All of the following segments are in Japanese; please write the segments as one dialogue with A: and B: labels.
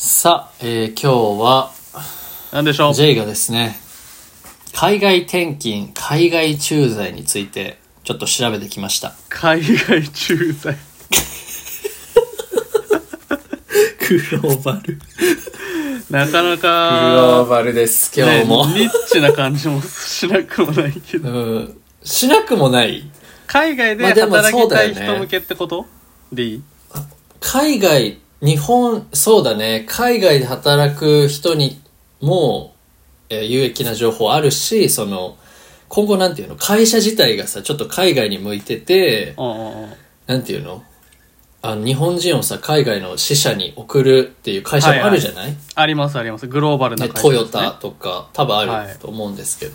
A: さあ、えー今日は
B: なんでしょう
A: J がですね、海外転勤、海外駐在についてちょっと調べてきました。
B: 海外駐在。
A: グローバル。グ
B: なかな
A: ロー
B: か、
A: バルです、今日も。
B: ねニッチな感じもしなくもないけど。
A: うん。しなくもない。
B: 海外で
A: まあでも
B: 働
A: そう
B: き
A: だ
B: た
A: よ
B: い
A: ね
B: 人向けってことでいい
A: 海外、日本、そうだね、海外で働く人にも、えー有益な情報あるし、その、今後なんていうの、会社自体がさ、ちょっと海外に向いてて、
B: うんうんうん。
A: なんていうのあの日本人をさ海外の支社に送るっていう会社もあるじゃない、
B: ありますあります。グローバルな
A: ね
B: 会社
A: トヨ
B: ですね
A: タとか多分あ
B: は
A: る
B: い
A: と思うんですけど、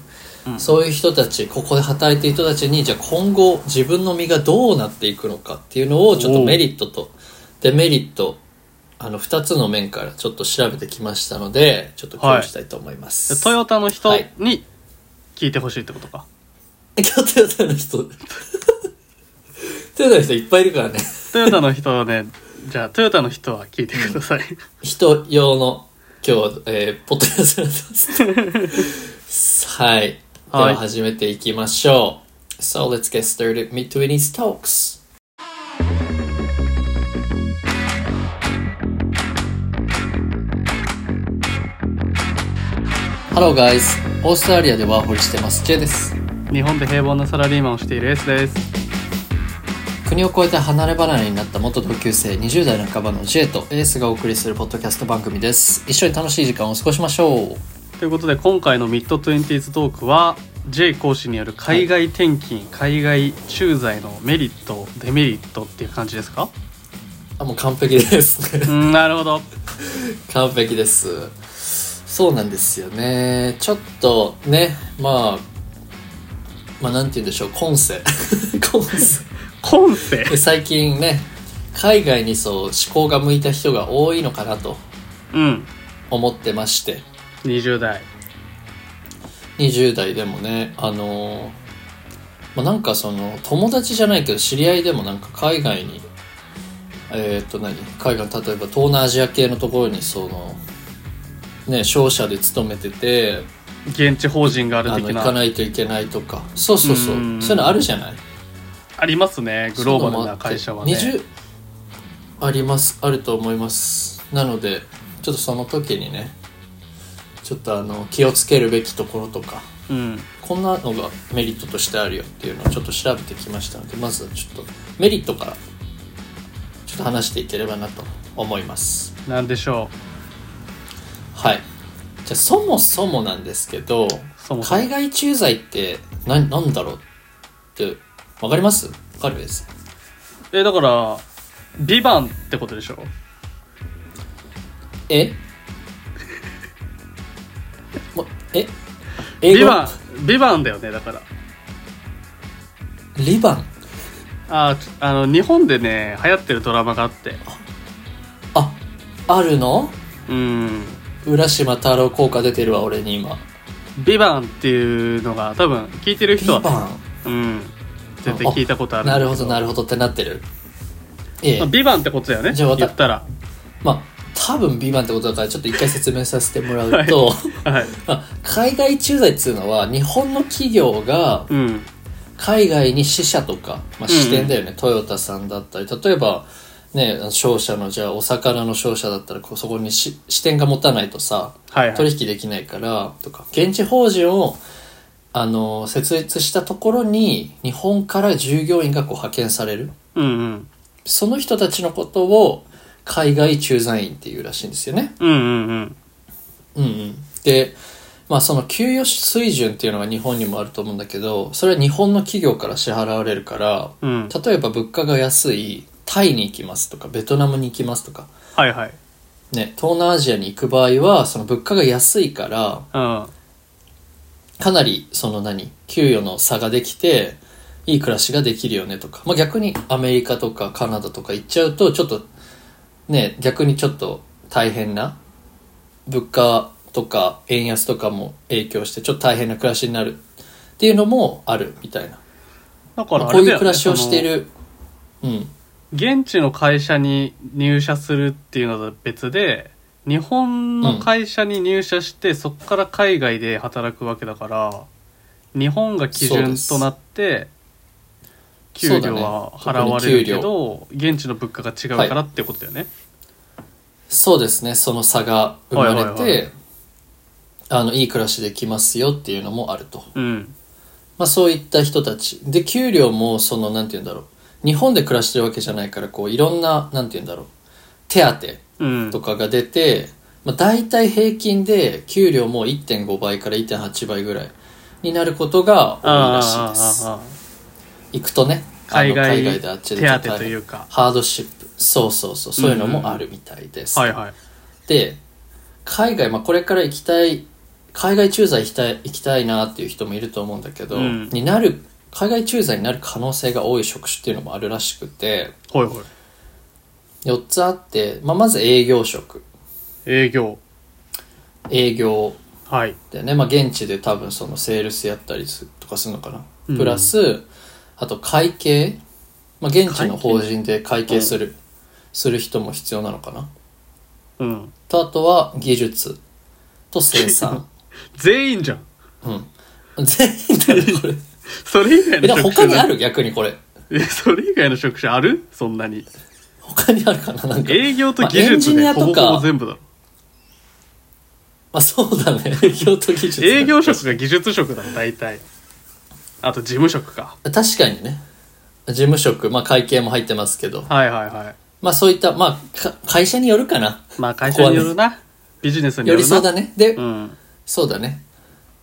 A: そういう人たちここで働いてる人たちにじゃあ今後自分の身がどうなっていくのかっていうのをちょっとメリットとデメリットあの2つの面からちょっと調べてきましたのでちょっと共有したいと思います、
B: でトヨタの人
A: はい
B: に聞いてほしいってことか。
A: 今 日トヨタの人トヨタの人いっぱいいるからね
B: トヨタの人はね、じゃあトヨタの人は聞いてください。
A: 人用の今日は、えーポッドキャストになって ます。はい。で
B: は
A: は
B: い
A: 始めていきましょう。So let's get started mid-20s talks. ハローガイズオーストラリアでワーホリしてます J です
B: 日本で平凡なサラリーマンをしている S です。
A: 国を越えて離れ離れになった元同級生20代半ばの J とエースがお送りするポッドキャスト番組です一緒に楽しい時間を過ごしましょう
B: ということで今回のミッドトゥエンティーズトークは J 講師による海外転勤、海外駐在のメリットデメリットっていう感じですか
A: あもう完璧です
B: う
A: ね
B: んなるほど
A: 完璧ですそうなんですよねちょっとねまあまあなんて言うんでしょう今世 今世
B: 今世
A: で最近ね海外にそう思考が向いた人が多いのかなと
B: うん
A: 思ってまして
B: 20代
A: 20代でもねあのーまあ、なんかその友達じゃないけど知り合いでもなんか海外にえーっと何海外例えば東南アジア系のところにそのね商社で勤めてて
B: 現地法人がある
A: あの
B: 的
A: 行
B: な
A: かないといけないとかそうそうそうそ
B: う
A: うんいうのあるじゃない
B: ありますねグローバルな会社はね
A: そういうのもあって20ありますあると思いますなのでちょっとその時にねちょっとあの気をつけるべきところとか
B: うん
A: こんなのがメリットとしてあるよっていうのをちょっと調べてきましたのでまずはちょっとメリットからちょっと話していければなと思います
B: なんでしょ
A: はいじゃあそもそもなんですけど
B: そもそも
A: 海外駐在って何何だろうってわかりますわかるです
B: うえだからビバンってことでしょ
A: えもえ
B: ビ
A: 英語
B: バンビバンだよねだから
A: リバン
B: あちあの日本でね流行ってるドラマがあって
A: ああるの
B: うん
A: 浦島太郎効果出てるわ俺に今
B: ビバンっていうのが多分聞いてる
A: リ
B: 人はね
A: バン
B: うん絶対聞いたことある
A: なるほどな
B: る
A: るほどってなってるええ
B: ビバンってことだよね
A: じゃあわた
B: 言ったら
A: まあ多分ビバンってことだからちょっと一回説明させてもらうと、
B: はい
A: まあ海外駐在っつうのは日本の企業が
B: うん
A: 海外に支社とか、まあ、支店だよね、トヨタさんだったり例えばね商社のじゃあお魚の商社だったらこうそこにし支店が持たないとさ
B: はいはい
A: 取引できないからとか現地法人をあの設立したところに日本から従業員がこう派遣される
B: うんうん
A: その人たちのことを海外駐在員っていうらしいんですよね。
B: うんうんうん
A: うんうん、で、まあ、その給与水準っていうのが日本にもあると思うんだけどそれは日本の企業から支払われるから
B: うん
A: 例えば物価が安いタイに行きますとかベトナムに行きますとか、
B: はいはい
A: ね、東南アジアに行く場合はその物価が安いから
B: うん
A: かなりその何給与の差ができていい暮らしができるよねとか、まあ、逆にアメリカとかカナダとか行っちゃうとちょっとね逆にちょっと大変な物価とか円安とかも影響してちょっと大変な暮らしになるっていうのもあるみたいな、
B: だから
A: まあ
B: あ
A: こう
B: れだよね
A: いう暮らしをしているうん
B: その現地の会社に入社するっていうのと別で日本の会社に入社して、そこから海外で働くわけだから日本が基準となって
A: そ
B: 給
A: うだ
B: 料
A: ね
B: は払われるけ
A: 特
B: ど、現地の物価が違うからってことだよね、
A: そうですねその差が生まれて、
B: はいはいはい
A: あのいい暮らしできますよっていうのもあると、
B: うん
A: まあ、そういった人たちで給料もそのなんて言うんだろう日本で暮らしてるわけじゃないからこういろんななんて言うんだろう手当
B: うん
A: とかが出て、まあ、大体平均で給料も1.5倍から1.8倍ぐらいになることが多いらしいです
B: ああああああ
A: 行くとねあの
B: 海外
A: 海外であっちで
B: 手
A: ちょ
B: 当
A: っと大
B: とい
A: 変
B: うか
A: ハードシップそうそうそうそういうのもあるみたいです、
B: はいはい
A: で海外、まあ、これから行きたい海外駐在行きたい行きたいなっていう人もいると思うんだけど、
B: うん
A: になる海外駐在になる可能性が多い職種っていうのもあるらしくて
B: はいはい
A: 4つあって、まあ、まず営業職
B: 営業
A: 営業
B: はい
A: でね、まあ、現地で多分そのセールスやったりすとかするのか
B: うん
A: なプラス、あと会計、まあ、現地の法人で会計する、する人も必要なのかな
B: うん
A: とあとは技術と生 産
B: 全員じゃん
A: うん全員だねこれ
B: それ以外
A: えで
B: の
A: も他
B: 職種
A: に
B: ない
A: ある逆にこれ
B: えそれ以外の職種あるそんなに
A: 他にあるかななんか
B: 営業と技
A: ま
B: 術
A: あエ
B: で
A: ンジニアと
B: ほぼ
A: か
B: ほぼ全部だろ
A: まあそうだね 営業と技術
B: 営業職が技術職だろ大体あと事務職か
A: 確かにね事務職まあ会計も入ってますけど
B: はいはいはい
A: まあそういったまあか会社に よるかな
B: まあ会社によるなビジネスに
A: よ
B: よ
A: り
B: るな
A: そうだねで、
B: うん
A: そうだね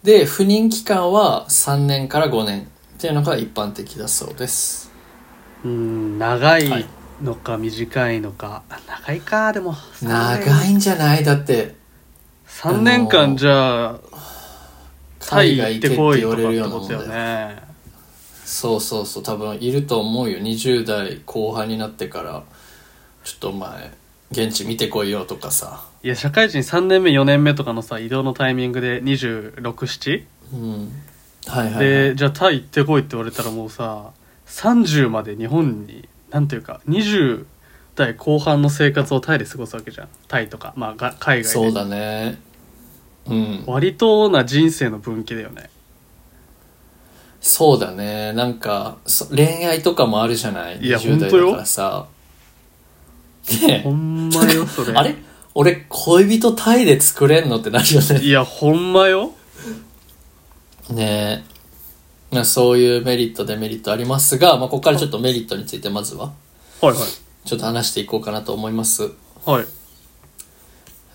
A: で赴任期間は3年から5年っていうのが一般的だそうです
B: うん長
A: はいい
B: のか短いのか、長いかでも
A: 長いんじゃないだって
B: 3年間じゃあタ
A: 海
B: イ行
A: 外
B: っ
A: 行けってて
B: こい
A: 言
B: と
A: わ
B: か
A: れ
B: っ
A: る
B: て
A: ようなも
B: こと
A: ん
B: だ
A: だ
B: よ
A: よ
B: ね
A: そうそうそう多分いると思うよ20代後半になってからちょっとお前現地見てこいよとかさ
B: いや社会人3年目4年目とかのさ移動のタイミングで267
A: うんはいはい、はい、
B: でじゃあタイ行ってこいって言われたらもうさ30まで日本になんていうか20代後半の生活をタイで過ごすわけじゃんタイとか、まあ、が海外
A: そう
B: で
A: だねうん
B: 割とな人生の分岐だよね
A: そうだねなんかそ恋愛とかもあるじゃない
B: いや
A: 20代だからさね
B: ほんま よそ
A: え
B: れ
A: あれ俺恋人タイで作れんのってなるよね
B: いやほんまよ
A: ねえまあそういうメリットデメリットありますが、まあ、ここからちょっとメリットについてまずは
B: はいは
A: ちょっと話していこうかなと思います
B: いはい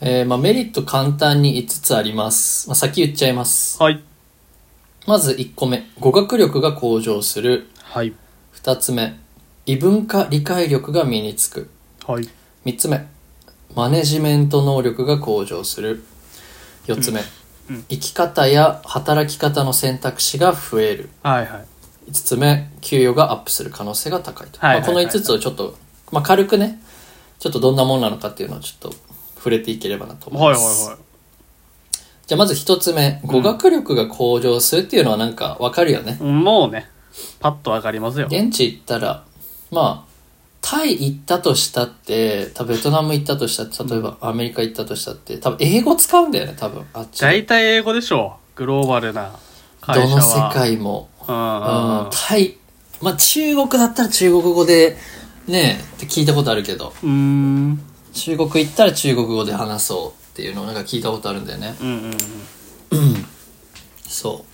A: えーまあ、メリット簡単に5つあります。まあ、先言っちゃいます。
B: はい
A: まず1個目、語学力が向上する。
B: はい
A: 2つ目、異文化理解力が身につく。
B: はい
A: 3つ目、マネジメント能力が向上する。4つ目、
B: うんうん
A: 生き方や働き方の選択肢が増える。
B: はいはい
A: 5つ目、給与がアップする可能性が高いと。
B: は
A: ま
B: い
A: あ
B: はい
A: この5つをちょっと、まあ、軽くね、ちょっとどんなものなのかっていうのをちょっと触れていければなと思
B: はいい
A: ます。
B: は
A: じゃあまず一つ目、語学力が向上するっていうのはなんかわかるよね
B: い。はいもうねパッと上がりますよ
A: 現地行ったら、まあ、タイ行ったとしたって、多分ベトナム行ったとしたって、例えばアメリカ行ったとしたって、多分英語使うんだよね、多分。あっち。ど
B: 大体英語でしょグローバルな会社
A: の世
B: は
A: 界も。
B: うんうん
A: うんタイ、まあ中国だったら中国語で、ねえ、って聞いたことあるけど、
B: うーん
A: 中国行ったら中国語で話そうっていうのをなんか聞いたことあるんだよね。
B: うんうんうん
A: そ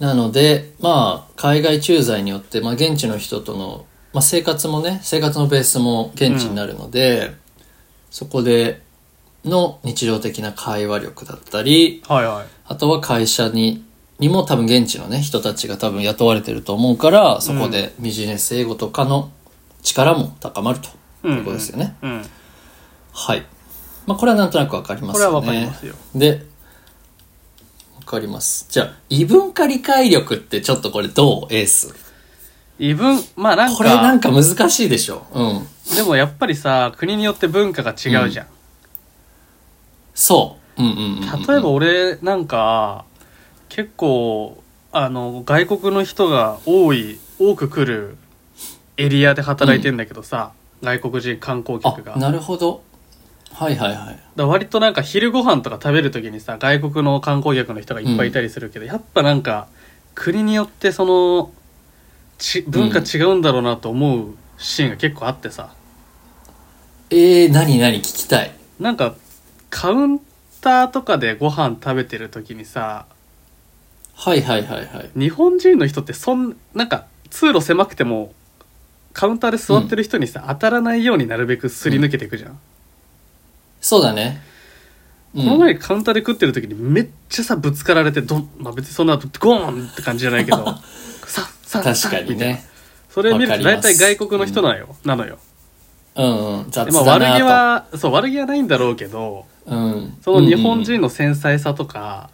A: う。なので、まあ、海外駐在によって、まあ、現地の人との、まあ、生活もね、生活のベースも現地になるので、そこでの日常的な会話力だったり、
B: はいはい
A: あとは会社に、にも多分現地のね、人たちが多分雇われてると思うから、そこでビジネス英語とかの力も高まると。
B: うんうん
A: いうことですよね。
B: うん
A: はい。まあ、これはなんとなくわかりま
B: こ
A: す
B: れは
A: よね。
B: わかりますよ
A: で、わかります。じゃあ、異文化理解力ってちょっとこれどうエース。
B: 異文まあなんか
A: これなんか難しいでしょ。うん。
B: でもやっぱりさ国によって文化が違うじゃん、
A: そう。うんうんうん、うん。
B: 例えば俺なんか結構あの外国の人が多い多く来るエリアで働いてんだけどさ、外国人観光客
A: あ、
B: が
A: なるほど。はいはいはい。
B: だ割となんか昼ご飯とか食べる時にさ外国の観光客の人がいっぱいいたりするけど、やっぱなんか国によってそのち文化違うんだろうなと思うシーンが結構あってさ
A: えー、何何聞きたい。
B: なんかカウンターとかでご飯食べてる時にさ
A: はいはいはいはい。
B: 日本人の人ってそんなんか通路狭くてもカウンターで座ってる人にさ、当たらないようになるべくすり抜けていくじゃん、
A: そうだね。うん
B: この前カウンターで食ってる時にめっちゃさぶつかられてどん、まあ、別にそんなゴーンって感じじゃないけ どさっさっ
A: 確かにね。
B: それ見る
A: わ
B: と
A: かりま
B: 大
A: す
B: 体外国の人なのよ、なのよ、
A: うんうん。雑
B: でまあ、
A: だ
B: 悪気
A: な
B: はそう悪気はないんだろうけど
A: と。うん。
B: その日本
A: うんうん
B: 人の繊細さとか、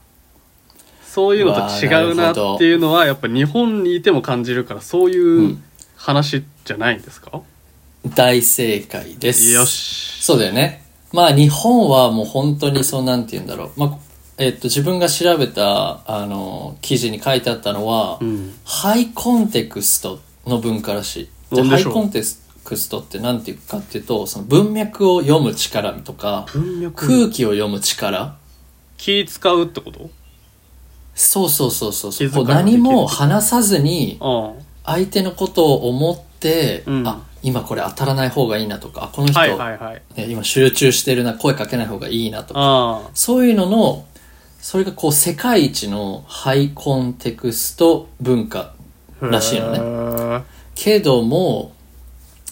B: そういうのと違う
A: うわーな
B: な
A: るほど
B: っていうのはやっぱ日本にいても感じるからそう
A: う
B: いうん話じゃないんですか、
A: うん大正解です。
B: よ。し
A: そうだよね。まあ日本はもう本当にそうなんて言うんだろう。まあ、えっと自分が調べた、あの、記事に書いてあったのは、
B: うん
A: ハイコンテクストの文化らしい。で
B: なん
A: ハ
B: で
A: イ
B: しょう
A: コンテクストって何て言うかっていうと、その文脈を読む力とか、
B: 文脈
A: 空気を読む力、
B: 気使うってこと
A: そうそうそうそう
B: 気遣い
A: こう
B: もできる
A: 何も話さずに
B: ああ
A: 相手のことを思って、
B: うん
A: あ今これ当たらない方がいいなとかあこの人、
B: はいはいはい
A: ね、今集中してるな声かけない方がいいなとか
B: ああ
A: そういうののそれがこう世界一のハイコンテクスト文化らしいのね
B: ね
A: けども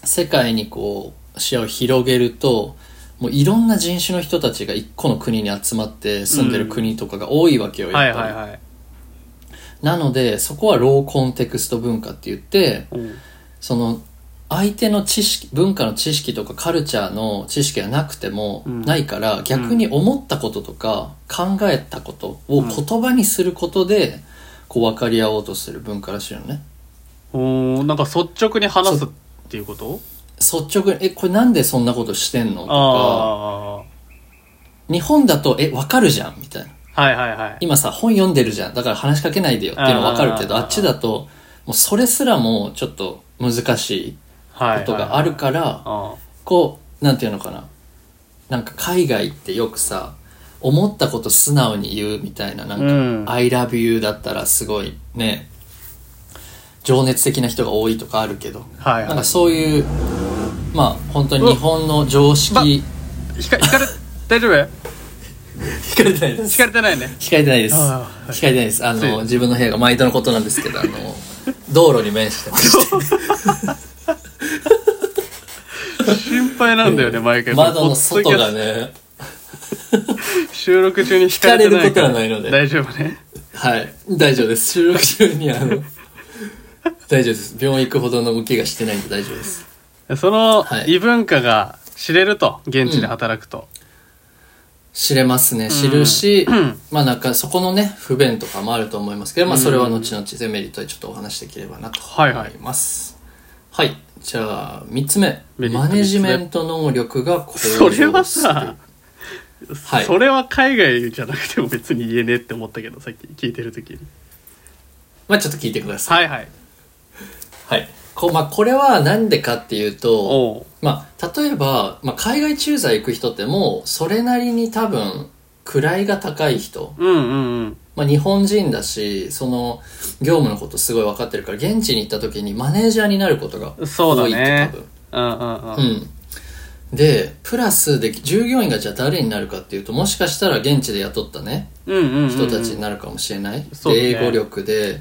A: 世界にこう視野を広げるともういろんな人種の人たちが一個の国に集まって住んでる国とかが多いわけよ、
B: は
A: や
B: い
A: っぱり
B: はいはい、
A: なのでそこはローコンテクスト文化って言って
B: うん
A: その相手の知識文化の知識とかカルチャーの知識がなくても、
B: うん
A: ないから逆に思ったこととか考えたことを言葉にすることで、こう分かり合おうとする文化らしいよね。
B: おーなんか率直に話すっていうこと
A: 率直に「えこれなんでそんなことしてんの?」とか
B: あ
A: 日本だと「え分かるじゃん」みたいな
B: あはいはいはい
A: 今さ本読んでるじゃんだから話しかけないでよっていうの分かるけど
B: あ
A: あ
B: ー
A: っちだともうそれすらもちょっと難しい
B: はいはい
A: ことがあるから、
B: あ
A: こうなんていうのかななんか海外ってよくさ思ったこと素直に言うみたいななんか「
B: うん
A: I love you」だったらすごいね情熱的な人が多いとかあるけど、
B: はいはい
A: なんかそういうまあ本当に日本の常識
B: ひかひかれ大丈夫
A: 控えてないで
B: ひ
A: す
B: かれてないね
A: 控えてないです控
B: あーはい
A: えてないですあ
B: つい
A: の自分の部屋が毎度のことなんですけどあ の道路に面してまして
B: 心配なんだよね毎回
A: 窓の外がね
B: 収録中にひかれてないから
A: 惹かれることはないので
B: 大丈夫ね
A: はい、大丈夫です。収録中にあの、大丈夫です。病院行くほどの動きがしてないんで大丈夫です。
B: その
A: はい
B: 異文化が知れると現地で働くと、
A: 知れますね。知るし、
B: うん
A: まあなんかそこのね、不便とかもあると思いますけど、まあそれは
B: うん
A: 後々デメリットでちょっとお話しできればなと思
B: はいはい
A: います。はい、じゃあ3つ目。
B: メリット
A: マネジメント能力が向上する。
B: それはさ、
A: はい
B: それは海外じゃなくても別に言えねえって思ったけどさっき聞いてる時に
A: まあちょっと聞いてください。
B: はいはい
A: はい。こうまあこれはなんでかっていうと、
B: おう
A: まあ、例えば、まあ、海外駐在行く人ってもうそれなりに多分位が高い人、
B: うんうんうん
A: まあ、日本人だしその業務のことすごい分かってるから現地に行った時にマネージャーになることが多いって
B: そうだね
A: 多分
B: うんうん
A: う
B: うん
A: んでプラスで従業員がじゃあ誰になるかっていうともしかしたら現地で雇ったね
B: うんうんうん
A: 人たちになるかもしれない、
B: そうだね
A: で英語力で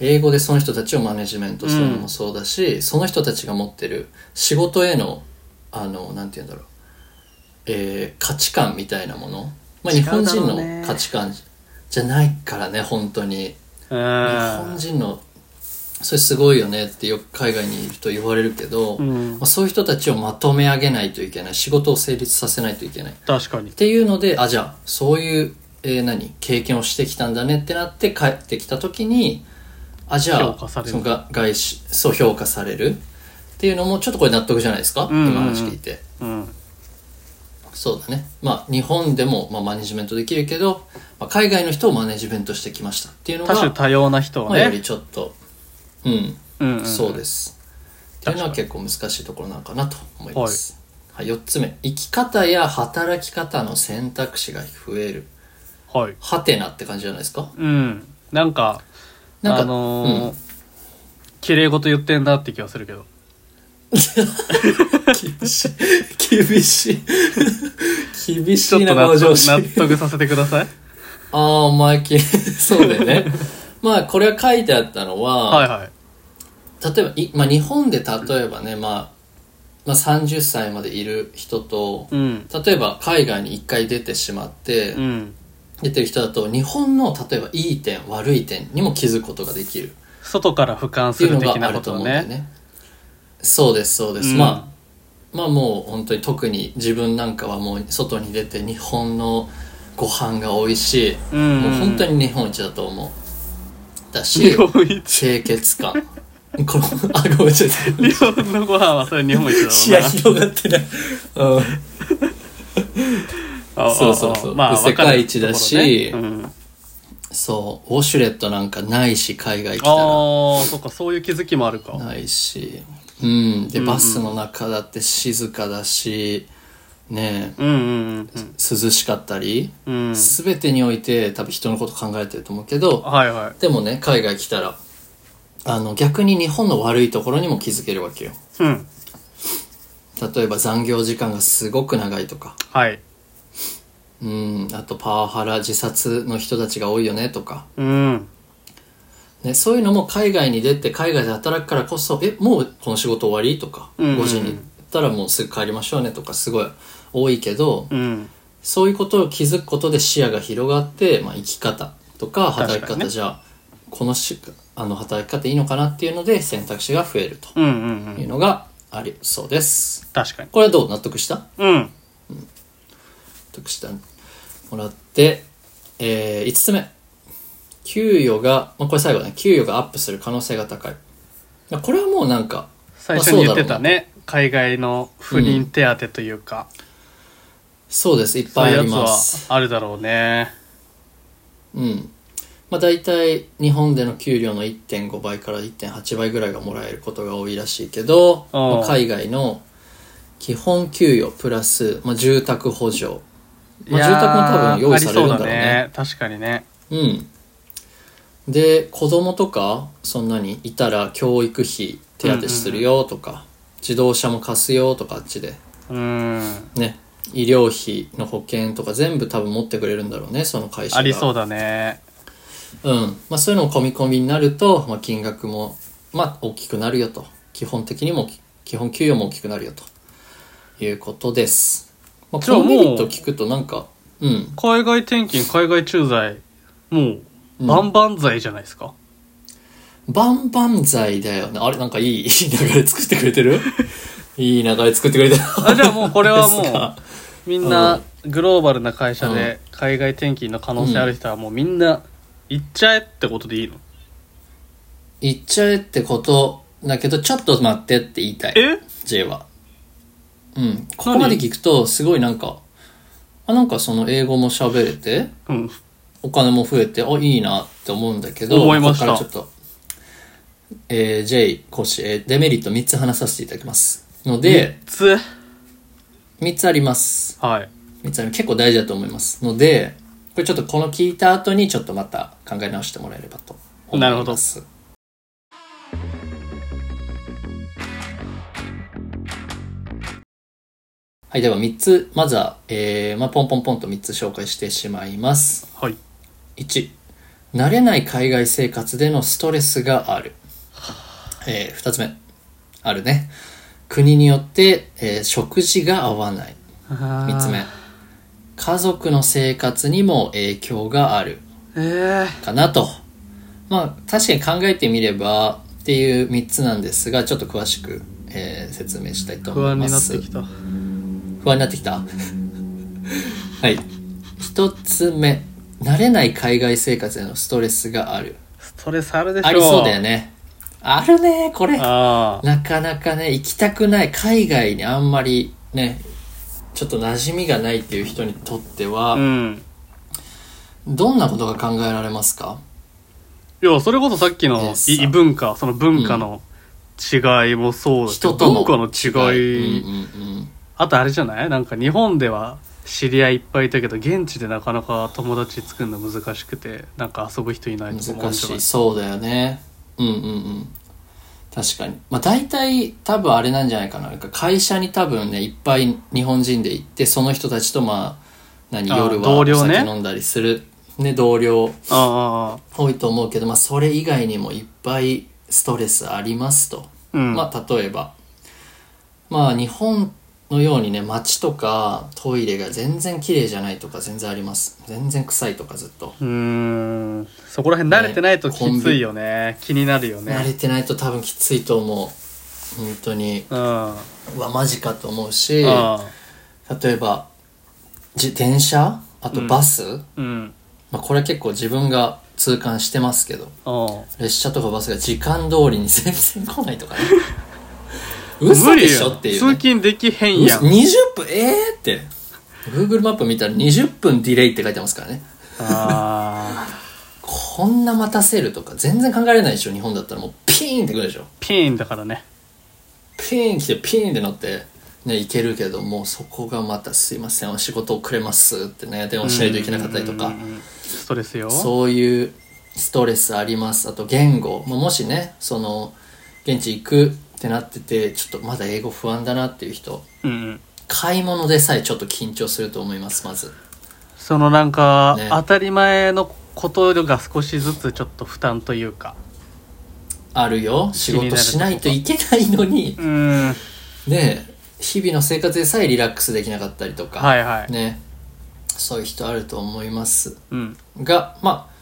A: 英語でその人たちをマネジメントするのもそうだし、その人たちが持ってる仕事へのあのなんて言うんだろう、えー価値観みたいなもの、まあ、
B: 違
A: 日
B: うだろう
A: 本人
B: ね
A: の価値観じゃないからね本当に
B: うん
A: 日本人のそれすごいよねってよく海外にいると言われるけど、
B: うん
A: まあ、そういう人たちをまとめ上げないといけない仕事を成立させないといけない
B: 確かに
A: っていうのであじゃあそういう、えー何経験をしてきたんだねってなって帰ってきた時にあじゃ
B: 評
A: あ
B: 価される
A: そのが外資そう評価されるっていうのもちょっとこれ納得じゃないですか、
B: うんうんうん
A: 今話聞いて
B: うん
A: そうだねまあ日本でも、まあ、マネジメントできるけど、まあ、海外の人をマネジメントしてきましたっていうの
B: 多種
A: が、
B: 多様な人
A: ま
B: は
A: あ、より
B: ね、
A: ちょっとうん、
B: うんうん、
A: そうですっていうのは結構難しいところなのかなと思います、 4つ目生き方や働き方の選択肢が増える
B: はい。
A: はてなって感じじゃないですか
B: うん。なんか、
A: なんか
B: あのー綺麗事言ってんだって気がするけど。
A: 厳しい 厳しい厳し
B: ちょ
A: い
B: っ
A: な
B: と
A: この
B: 納
A: 上
B: 得
A: 司
B: 納得させてください。
A: ああお前き そうだよねまあこれは書い てあったのは、
B: はいはい。
A: 例えばい、まあ、日本で例えばね、まあ、まあ30歳までいる人と
B: うん。
A: 例えば海外に1回出てしまって、
B: うん。
A: 出てる人だと日本の例えばいい点悪い点にも気づくことができる
B: 外から俯瞰
A: って
B: す
A: いう
B: る
A: の
B: 的
A: があ
B: なこ
A: ると
B: と
A: 思う
B: を
A: んだよ
B: ね。
A: ねそうですそうです、
B: うん
A: まあまあもう本当に特に自分なんかはもう外に出て日本のご飯が美味しい、
B: うん。
A: もう本当。に日本一だと思うだし
B: 日本一。
A: 清潔感このあごめんなさい
B: 日本のご飯はそれ日本 一だろうな。
A: 視野広がってない、うん
B: あ
A: そうそうそう
B: あまあ、
A: 世界一だし
B: わかるところねうん
A: そうウォシュレットなんかないし海外来たら
B: ああ、そっか、そういう気づきもあるか。
A: ないし、うん、で
B: うん
A: バスの中だって静かだしねえ
B: うんうんうん
A: 涼しかったり、
B: うん。うん。
A: 全てにおいて多分人のこと考えてると思うけど
B: はいはい。
A: でもね海外来たらあの逆に日本の悪いところにも気づけるわけよ
B: うん。
A: 例えば残業時間がすごく長いとか
B: はい。
A: うんあとパワハラ自殺の人たちが多いよねとか、
B: うん。
A: ね、そういうのも海外に出て海外で働くからこそ「えもうこの仕事終わり?」とか、
B: うんうん
A: 5時に行ったらもうすぐ帰りましょうね」とかすごい多いけど、
B: うん。
A: そういうことを気づくことで視野が広がって、まあ、生き方とか働き
B: 確か
A: 方、
B: にね
A: じゃあこのしあの働き方いいのかなっていうので選択肢が増えると
B: うんうんう。
A: いうんのがありそうです。
B: 確かに。
A: これはどう納得した納
B: うん。
A: 得したもらって、え5つ目給与が、まあ、これ最後ね給与がアップする可能性が高いまあこれはもうなんか
B: 最初に言ってたね。海外の不倫手当というか、
A: そうですいっ
B: そ
A: ぱ
B: うい
A: いうあ
B: や
A: り
B: つ
A: ます。
B: はあるだろうね。
A: うん。まあ大体日本での給料の1.5倍から1.8倍ぐらいがもらえることが多いらしいけど、
B: うん
A: まあ海外の基本給与プラス、まあ、住宅補助。まあ、住宅も多分用意されるんだろう
B: いやーあ
A: ね。
B: りそうだね。確かにね。
A: うん。で、子供とか、そんなにいたら教育費手当てするよとか、自動車も貸すよとかあっちで、
B: うん。
A: ね。医療費の保険とか全部多分持ってくれるんだろうね、その会社が。
B: ありそうだね。
A: うん。まあそういうのも込み込みになると、まあ金額も、まあ大きくなるよと。基本的にもき、基本給与も大きくなるよと。いうことです。まあ
B: じ
A: こ
B: ゃあ
A: のメリッ
B: も
A: ト
B: う
A: 聞くとなんか、うん。
B: 海外転勤、海外駐在、もう、
A: うん
B: バンバン罪じゃないですか。
A: バンバン剤だよね。あれなんかいい、いい流れ作ってくれて るいい流れ作ってくれてる。
B: あじゃあもうこれは も
A: です
B: う
A: か、
B: みんなグローバルな会社で海外転勤の可能性ある人はもうみんな行っちゃえってことでいいの
A: 言っちゃえってことだけど、ちょっと待ってって言いたい。
B: え
A: J は。うん。ここまで聞くと、すごいなんか、あ、なんかその英語も喋れて、
B: うん。
A: お金も増えて、あ、いいなって思うんだけど、
B: 思いました
A: ここからちょっと、えー、J 講師、えーデメリット3つ話させていただきます。ので、
B: つ
A: 3つあります。
B: はい。
A: 3つあり結構大事だと思います。ので、これちょっとこの聞いた後に、ちょっとまた考え直してもらえればと思います。はい、では3つ、まずは、えーまあ、ポンポンポンと3つ紹介してしまいます。
B: はい。
A: 1慣れない海外生活でのストレスがある、え2つ目あるね国によって、えー食事が合わない3つ目。家族の生活にも影響がある
B: え
A: かなとまあ確かに考えてみればっていう3つなんですがちょっと詳しく、えー説明したいと
B: ー、
A: 思
B: 不
A: い
B: 安
A: ま
B: になっ
A: す
B: てきた。
A: 不安になってきたはい1つ目慣れない海外生活でのストレスがある
B: ストレスあるでしょ
A: ありそうだよね。あるね、これ。
B: あ
A: なかなかね、行きたくない、海外にあんまりね、ちょっと馴染みがないっていう人にとって
B: あ。う
A: は、
B: ん。
A: どんなことが考えられますか
B: いや、それこそさっき
A: ね
B: の
A: さ
B: 異文化、その文化の違いもそうだし
A: 人との
B: 文化の違い、
A: うんうんうん
B: あとあれじゃないなんか日本では知り合いいっぱいいたけど現地でなかなか友達作るの難しくてなんか遊ぶ人いないとか
A: 難しいそうだよねうんうんうん確かにまあ大体多分あれなんじゃないかななんか会社に多分ねいっぱい日本人で行ってその人たちとまあ何
B: あー
A: 夜は
B: 同
A: お
B: 僚ね
A: 酒飲んだりするね同僚
B: あ
A: 多いと思うけど、まあ、それ以外にもいっぱいストレスありますと、
B: あうん、
A: まあ例えばまあ日本のようにね街とかトイレが全然綺麗じゃないとか全然あります全然臭いとかずっと
B: うーんそこら辺慣れてないと
A: ね
B: きついよね気になるよ
A: 慣れ
B: ね
A: てないと多分きついと思う本当に
B: うんあ
A: うわマジかと思うし
B: あ
A: 例えば自転車あとバス、
B: うん
A: まあ、これは結構自分が痛感してますけど
B: ああ
A: 列車とかバスが時間通りに全然来ないと かね嘘でしょっていう、
B: 無理
A: ね、
B: よ通勤できへんや
A: 嘘
B: ん
A: 20分えー、って Google マップ見たら20分ディレイって書いてますからね
B: ああ
A: こんな待たせるとか全然考えられないでしょ日本だったらもうピーンってくるでしょ
B: ピーンだからね
A: ピーン来てピーンって乗ってね行けるけどもうそこがまた「すいませんお仕事遅れます」ってね電話しないといけなかったりとか
B: うんうんうんストレスよ
A: そういうストレスありますあと言語、まあ、もしねその現地行くってなっててちょっとまだ英語不安だなっていう人
B: うんうん
A: 買い物でさえちょっと緊張すると思いますまず
B: そのなんか、
A: ね
B: 当たり前のことが少しずつちょっと負担というか
A: あるよ仕事しないといけないのに
B: うん
A: ねえ日々の生活でさえリラックスできなかったりとか、
B: はいはい、
A: ねそういう人あると思います
B: うん
A: がまあ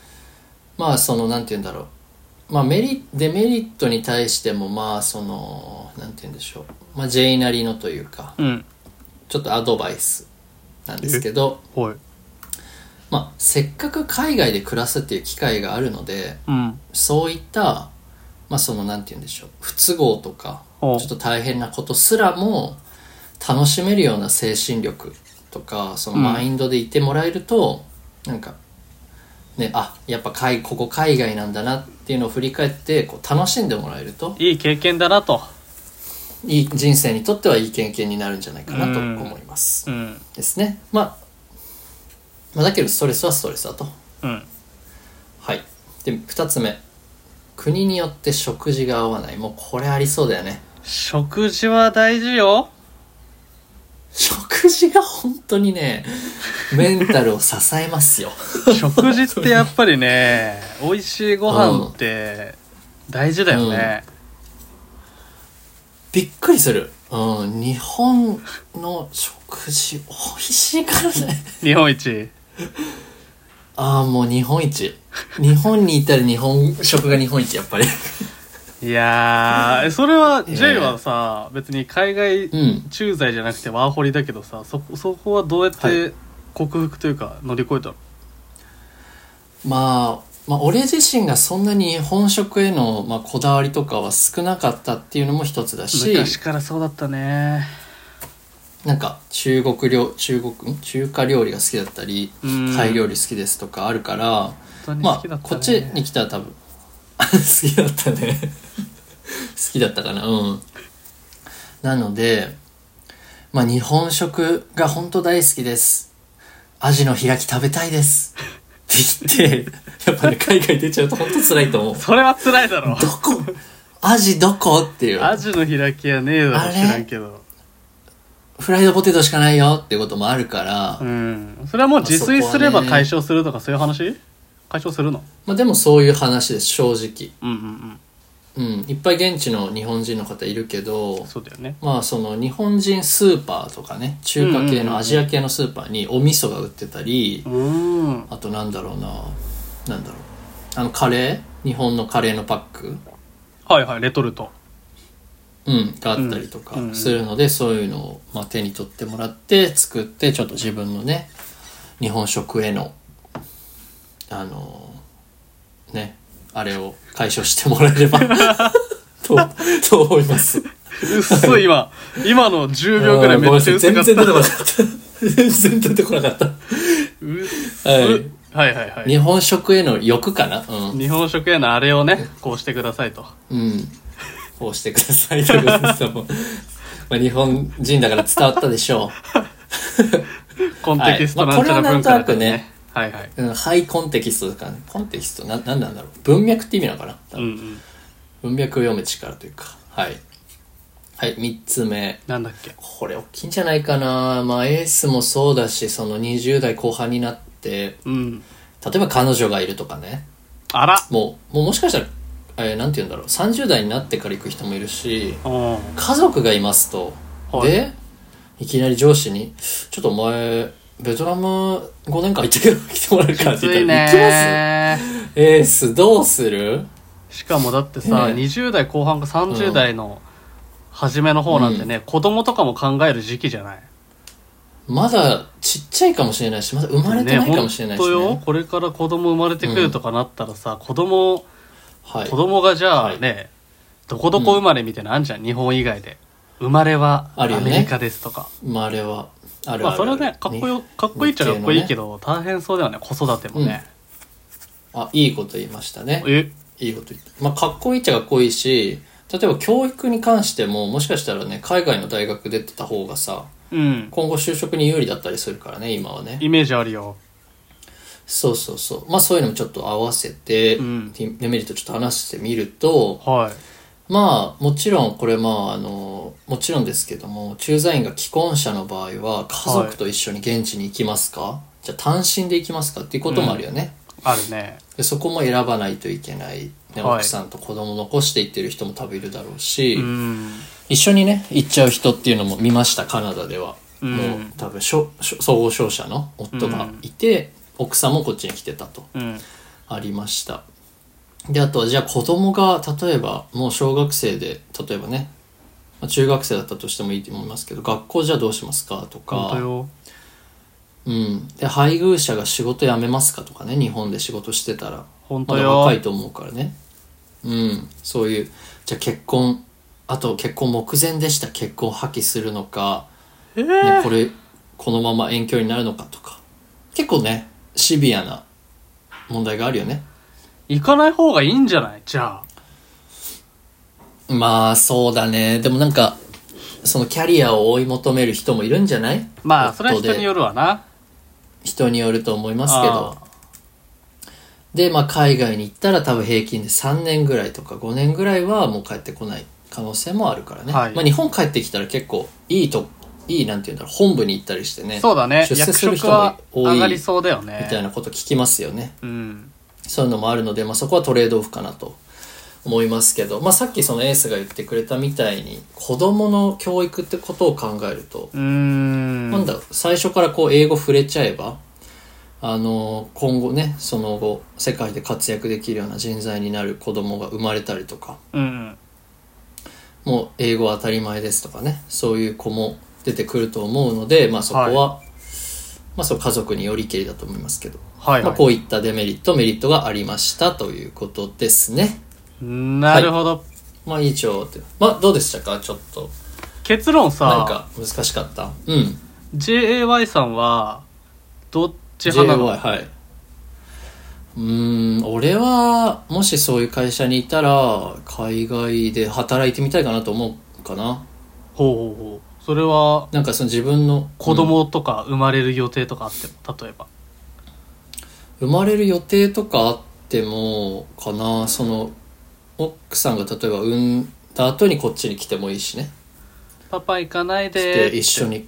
A: まあそのなんて言うんだろう、まあ、メリデメリットに対してもまあそのなんて言うんでしょう、まあ、J なりのというか
B: うん
A: ちょっとアドバイスなんですけど、
B: ほい
A: まあ、せっかく海外で暮らすっていう機会があるので
B: うん
A: そういったまあそのなんて言うんでしょう不都合とかち
B: ほ
A: ょ
B: う
A: っと大変なことすらも楽しめるような精神力とかそのマインドでいてもらえると、なんかねあやっぱ海ここ海外なんだなっていうのを振り返ってこう楽しんでもらえると
B: いい経験だなと
A: いい人生にとってはいい経験になるんじゃないかなと
B: うん
A: 思います、
B: うん
A: ですね、まあ、まあだけどストレスはストレスだと
B: うん
A: はいで2つ目国によって食事が合わないもうこれありそうだよね
B: 食事は大事よ
A: 食事が本当にねメンタルを支えますよ
B: 食事ってやっぱりね美味しいご飯って大事だよね、
A: びっくりする、うん、日本の食事美味しいからね
B: 日本一
A: ああもう日本一日本にいたら日本食が日本一やっぱり
B: いやーそれは
A: え
B: J はさ、別に海外
A: うん
B: 駐在じゃなくてワーホリだけどさそそこはどうやっ
A: は
B: て克服というか乗り越えたの、
A: まあまあ、俺自身がそんなに日本食への、まあ、こだわりとかは少なかったっていうのも一つだし
B: 昔からそうだったね
A: なんか中国料中国ん中華料理が好きだったり
B: うん
A: タイ料理好きですとかあるから、
B: 本当に
A: ま
B: 好
A: あ
B: きだったね、
A: こっちに来たら多分 好きだったね 好きだったかなうんなのでまあ日本食が本当大好きですアジの開き食べたいですって言って やっぱね海外出ちゃうと本当辛いと思う
B: それは辛いだろ
A: どこアジどこっていう
B: アジの開きはねえだ
A: あ
B: ろ
A: れ
B: 知らんけど
A: フライドポテトしかないよっていうこともあるから、
B: うんそれはもう自炊すれば解消するとかそういう話解消するの
A: まあでもそういう話です正直
B: うんうん
A: うんいっぱい現地の日本人の方いるけど
B: うんそうだよね
A: まあその日本人スーパーとかね中華
B: うんう
A: 系
B: んうんうん
A: のアジア系のスーパーにお味噌が売ってたり
B: うん
A: あとなんだろうななんだろうあのカレー日本のカレーのパック、
B: はいはいレトルト
A: うん、があったりと
B: うんうん
A: かするので、そういうのを、まあ、手に取ってもらって作ってちょっと自分のね日本食へのあのねあれを解消してもらえれば とと思います。
B: うっ す今今の10秒ぐらいめっちゃ薄か
A: あーごめんなさい全
B: っ
A: 然出て
B: た
A: こなかった。全然出てこ なかった。
B: うっす、
A: はい
B: はいはいは
A: 日
B: い
A: 本食への欲かなうん。
B: 日本食へのあれをねこうしてくださいと
A: うん。こうしてくださいということです。まあ日本人だから伝わったでしょ
B: コンテキスト
A: はい
B: な
A: まあこ
B: んちゃら文化
A: れはなんとなくね
B: はいはい。
A: う。うん、ハイコンテキストとかね。コンテキスト、な、なんなんだろう。文脈って意味なのかな多
B: うん
A: 分
B: うん。
A: 文脈を読む力というか。はい。はい、三つ目。
B: なんだっけ。
A: これ大きいんじゃないかな。まあ、エースもそうだし、その20代後半になって、
B: うん。
A: 例えば彼女がいるとかね。
B: あら。
A: もう、もうもしかしたら、えーなんて言うんだろう。30代になってから行く人もいるし、
B: うん。
A: 家族がいますと、
B: はい
A: でいきなり上司に「ちょっとお前ベトナム5年間行ってけど来てもらえるか」っ
B: き
A: て
B: つ
A: 言
B: い
A: ったら「行き
B: ね
A: ますエースどうする?
B: しかもだってさ、
A: ね
B: 20代後半か30代の初めの方なんてね、子供とかも考える時期じゃない」
A: まだちっちゃいかもしれないしまだ生まれてないかもしれないし、ね
B: ね本当よこれから子供生まれてくるとかなったらさ、子供
A: はい
B: 子、供がじゃあね、どこどこ生まれみたいなのあんじゃん、日本以外で生まれはア
A: あるよね
B: メリカですとか、
A: まああれはある
B: ま
A: ある
B: あそれはねかっこよかっこいいっちゃかっこいいけど、大変そうだよね子育てもね、
A: あいいこと言いましたね
B: え
A: いいこと言ったまあかっこいいっちゃかっこいいし例えば教育に関してももしかしたらね海外の大学出てた方がさ
B: うん
A: 今後就職に有利だったりするからね今はね
B: イメージあるよ
A: そうそうそう。まあそういうのもちょっと合わせて、
B: うん
A: デメリットちょっと話してみると、
B: はい
A: まあもちろんこれまああの、もちろんですけども、駐在員が既婚者の場合は家族と一緒に現地に行きますか、じゃあ単身で行きますかっていうこともあるよね。
B: あるね
A: でそこも選ばないといけない、ね
B: はい
A: 奥さんと子供残していってる人も多分いるだろうし、
B: うん
A: 一緒にね行っちゃう人っていうのも見ましたカナダでは、
B: うん
A: もう多分しょしょ総合商社の夫がいて、奥さんもこっちに来てたと、
B: うん
A: ありましたであとはじゃあ子供が例えばもう小学生で例えばねまあ中学生だったとしてもいいと思いますけど学校じゃあどうしますかと
B: 本当
A: か、
B: よ
A: うん、で配偶者が仕事辞めますかとかね日本で仕事してたら
B: 本
A: ま
B: 当
A: だ
B: よ、
A: 若いと思うからねうんそういうじゃあ結婚あと結婚目前でした結婚を破棄するのか、
B: えー
A: ね、これこのまま遠距離になるのかとか結構ねシビアな問題があるよね
B: 行かない方がいいんじゃないじゃあ
A: まあそうだねでもなんかそのキャリアを追い求める人もいるんじゃない
B: まあ
A: 夫
B: それは人によるわな
A: 人によると思いますけどでまあ海外に行ったら多分平均で3年ぐらいとか5年ぐらいはもう帰ってこない可能性もあるからね、
B: はい
A: まあ、日本帰ってきたら結構いいといいなんて言うんだろう本部に行ったりしてね
B: そうだね
A: 出世
B: 役
A: する
B: 職
A: 人も
B: は
A: 多
B: 上がり
A: い
B: そうだよ
A: みたい
B: ね
A: なこと聞きますよね
B: うん
A: そういうのもあるので、まあ、そこはトレードオフかなと思いますけど、まあ、さっきそのエースが言ってくれたみたいに子どもの教育ってことを考えると、
B: うーん
A: なんだろう最初からこう英語触れちゃえばあの今後ねその後世界で活躍できるような人材になる子どもが生まれたりとか
B: うんうん
A: もう英語は当たり前ですとかねそういう子も出てくると思うので、まあ、そこは、まあ、そう家族によりけりだと思いますけど。
B: はい、
A: まあ、
B: は
A: こういったデメリットメリットがありましたということですね。
B: い、なるほど、
A: まあ以上ってまあどうでしたかちょっと
B: 結論
A: なん
B: さ
A: か難しかったうん
B: JAY さんはどっち
A: JY
B: 派なの
A: はいうーん俺はもしそういう会社にいたら海外で働いてみたいかなと思うかな
B: ほうほうほうそれは
A: なんかその自分の
B: 子供とか生まれる予定とかあっても例えば
A: 生まれる予定とかあってもかなその奥さんが例えば産んだ後にこっちに来てもいいしね
B: パパ行かない
A: 来
B: で
A: て一緒に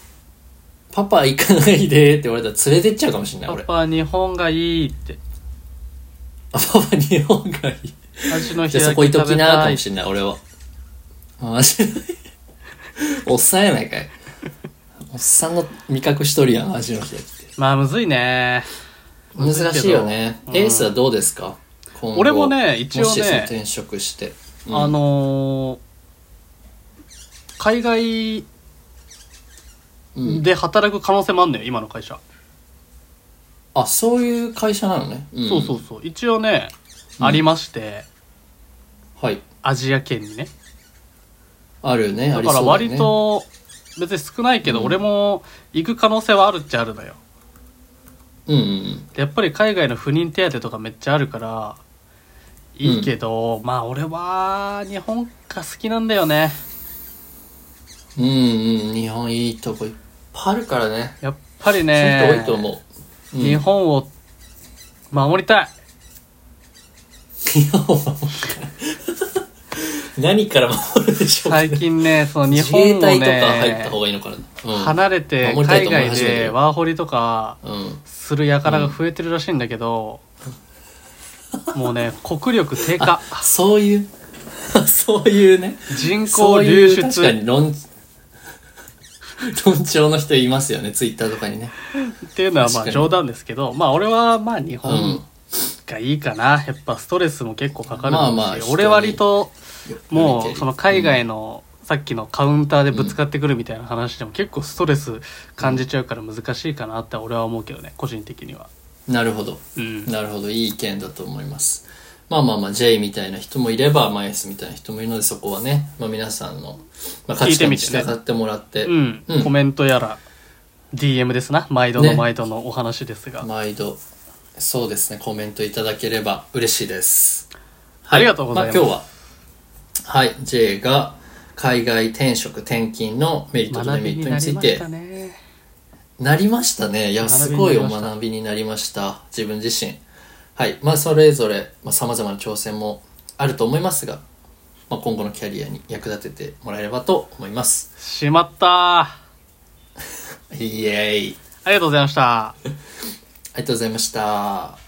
A: 「パパ行かないで」って言われたら連れてっちゃうかもしれない
B: パ
A: 俺あ
B: パ日本がいいって
A: パパ日本がいい
B: 味の
A: じ
B: 開
A: ゃあそ
B: き
A: こいと
B: 食
A: き
B: べ
A: なー
B: た
A: か
B: い
A: もしんない俺はマジでおっさんやないかいおっさんの味覚しとるやん味の人って
B: まあむずいね
A: 難しいよね、
B: うん
A: エースはどうですか今後
B: 俺もね一応ね
A: もしその転職して、うん
B: あのー海外
A: うん
B: で働く可能性もあんのよ今の会社、
A: あそういう会社なのね、ん
B: そうそうそう一応ね、
A: うん
B: ありまして
A: はい
B: アジア圏にね
A: あるねあ
B: だ
A: り
B: か
A: そ
B: ら
A: うだよ
B: 割
A: ね
B: と別に少ないけど、
A: うん
B: 俺も行く可能性はあるっちゃあるのよ
A: うんうん
B: でやっぱり海外の不妊手当とかめっちゃあるからいいけど、まあ俺は日本が好きなんだよね
A: うんうん、日本いいとこいっぱいあるからね。
B: やっぱ
A: そうい
B: り
A: う人
B: ね
A: 多いと 思う。うん
B: 日本を守りたい
A: 日本は 何から守るでしょうか、
B: 最近ねその日
A: 自
B: 本
A: 衛
B: を
A: 隊とか入った方
B: ね
A: がいいのかな。うん、
B: 離れて
A: 守りたい
B: 海
A: と思い
B: 外
A: 始めて
B: で
A: る
B: ワーホリとか
A: うん。
B: する輩が増えてるらしいんだけど、もうね国力 低下
A: そういう、そういうね。
B: 人
A: そ
B: 口
A: うい
B: 流
A: う確か
B: 出
A: に論、論調の人いますよね、ツイッターとかにね。
B: っていうのはま
A: 確
B: あ
A: かに
B: 冗談ですけどまあ俺はまあ日
A: う
B: 本
A: ん。
B: がいいかなやっぱストレスも結構かかるん
A: まあ
B: で
A: まあ人に
B: 俺割ともうその海
A: うん
B: 外のさっきのカウンターでぶつかってくるみたいな話でも結構ストレス感じちゃうから難しいかなって俺は思うけどね個人的には。
A: なるほど。
B: うん、
A: なるほど。いい意見だと思います。まあまあまあ、J みたいな人もいれば、マイスみたいな人もいるので、そこはね、まあ皆さんの、まあ、価
B: 聞い
A: 値
B: て
A: 観
B: み
A: に
B: て
A: 従
B: ね
A: ってもらって、
B: うん
A: うん
B: コメントやら DM ですな毎度の
A: ね
B: 毎度のお話ですが、
A: 毎度、そうですね、コメントいただければ嬉しいです。
B: ありがとうございます
A: あ今日は、はい、J が海外転職、転勤のメリットとデ
B: 学
A: メリ
B: び
A: ッ
B: に
A: ト
B: な
A: につ
B: り
A: い
B: ましてた、ね
A: なりましたね。いや、
B: 学びに
A: す
B: なりました
A: ごいお学びになりました。自分自身。はい。まあ、それぞれ、まあ、様々な挑戦もあると思いますが、まあ、今後のキャリアに役立ててもらえればと思います。
B: しまったーあ
A: イエーイ。
B: りがとうございました
A: ありがとうございました。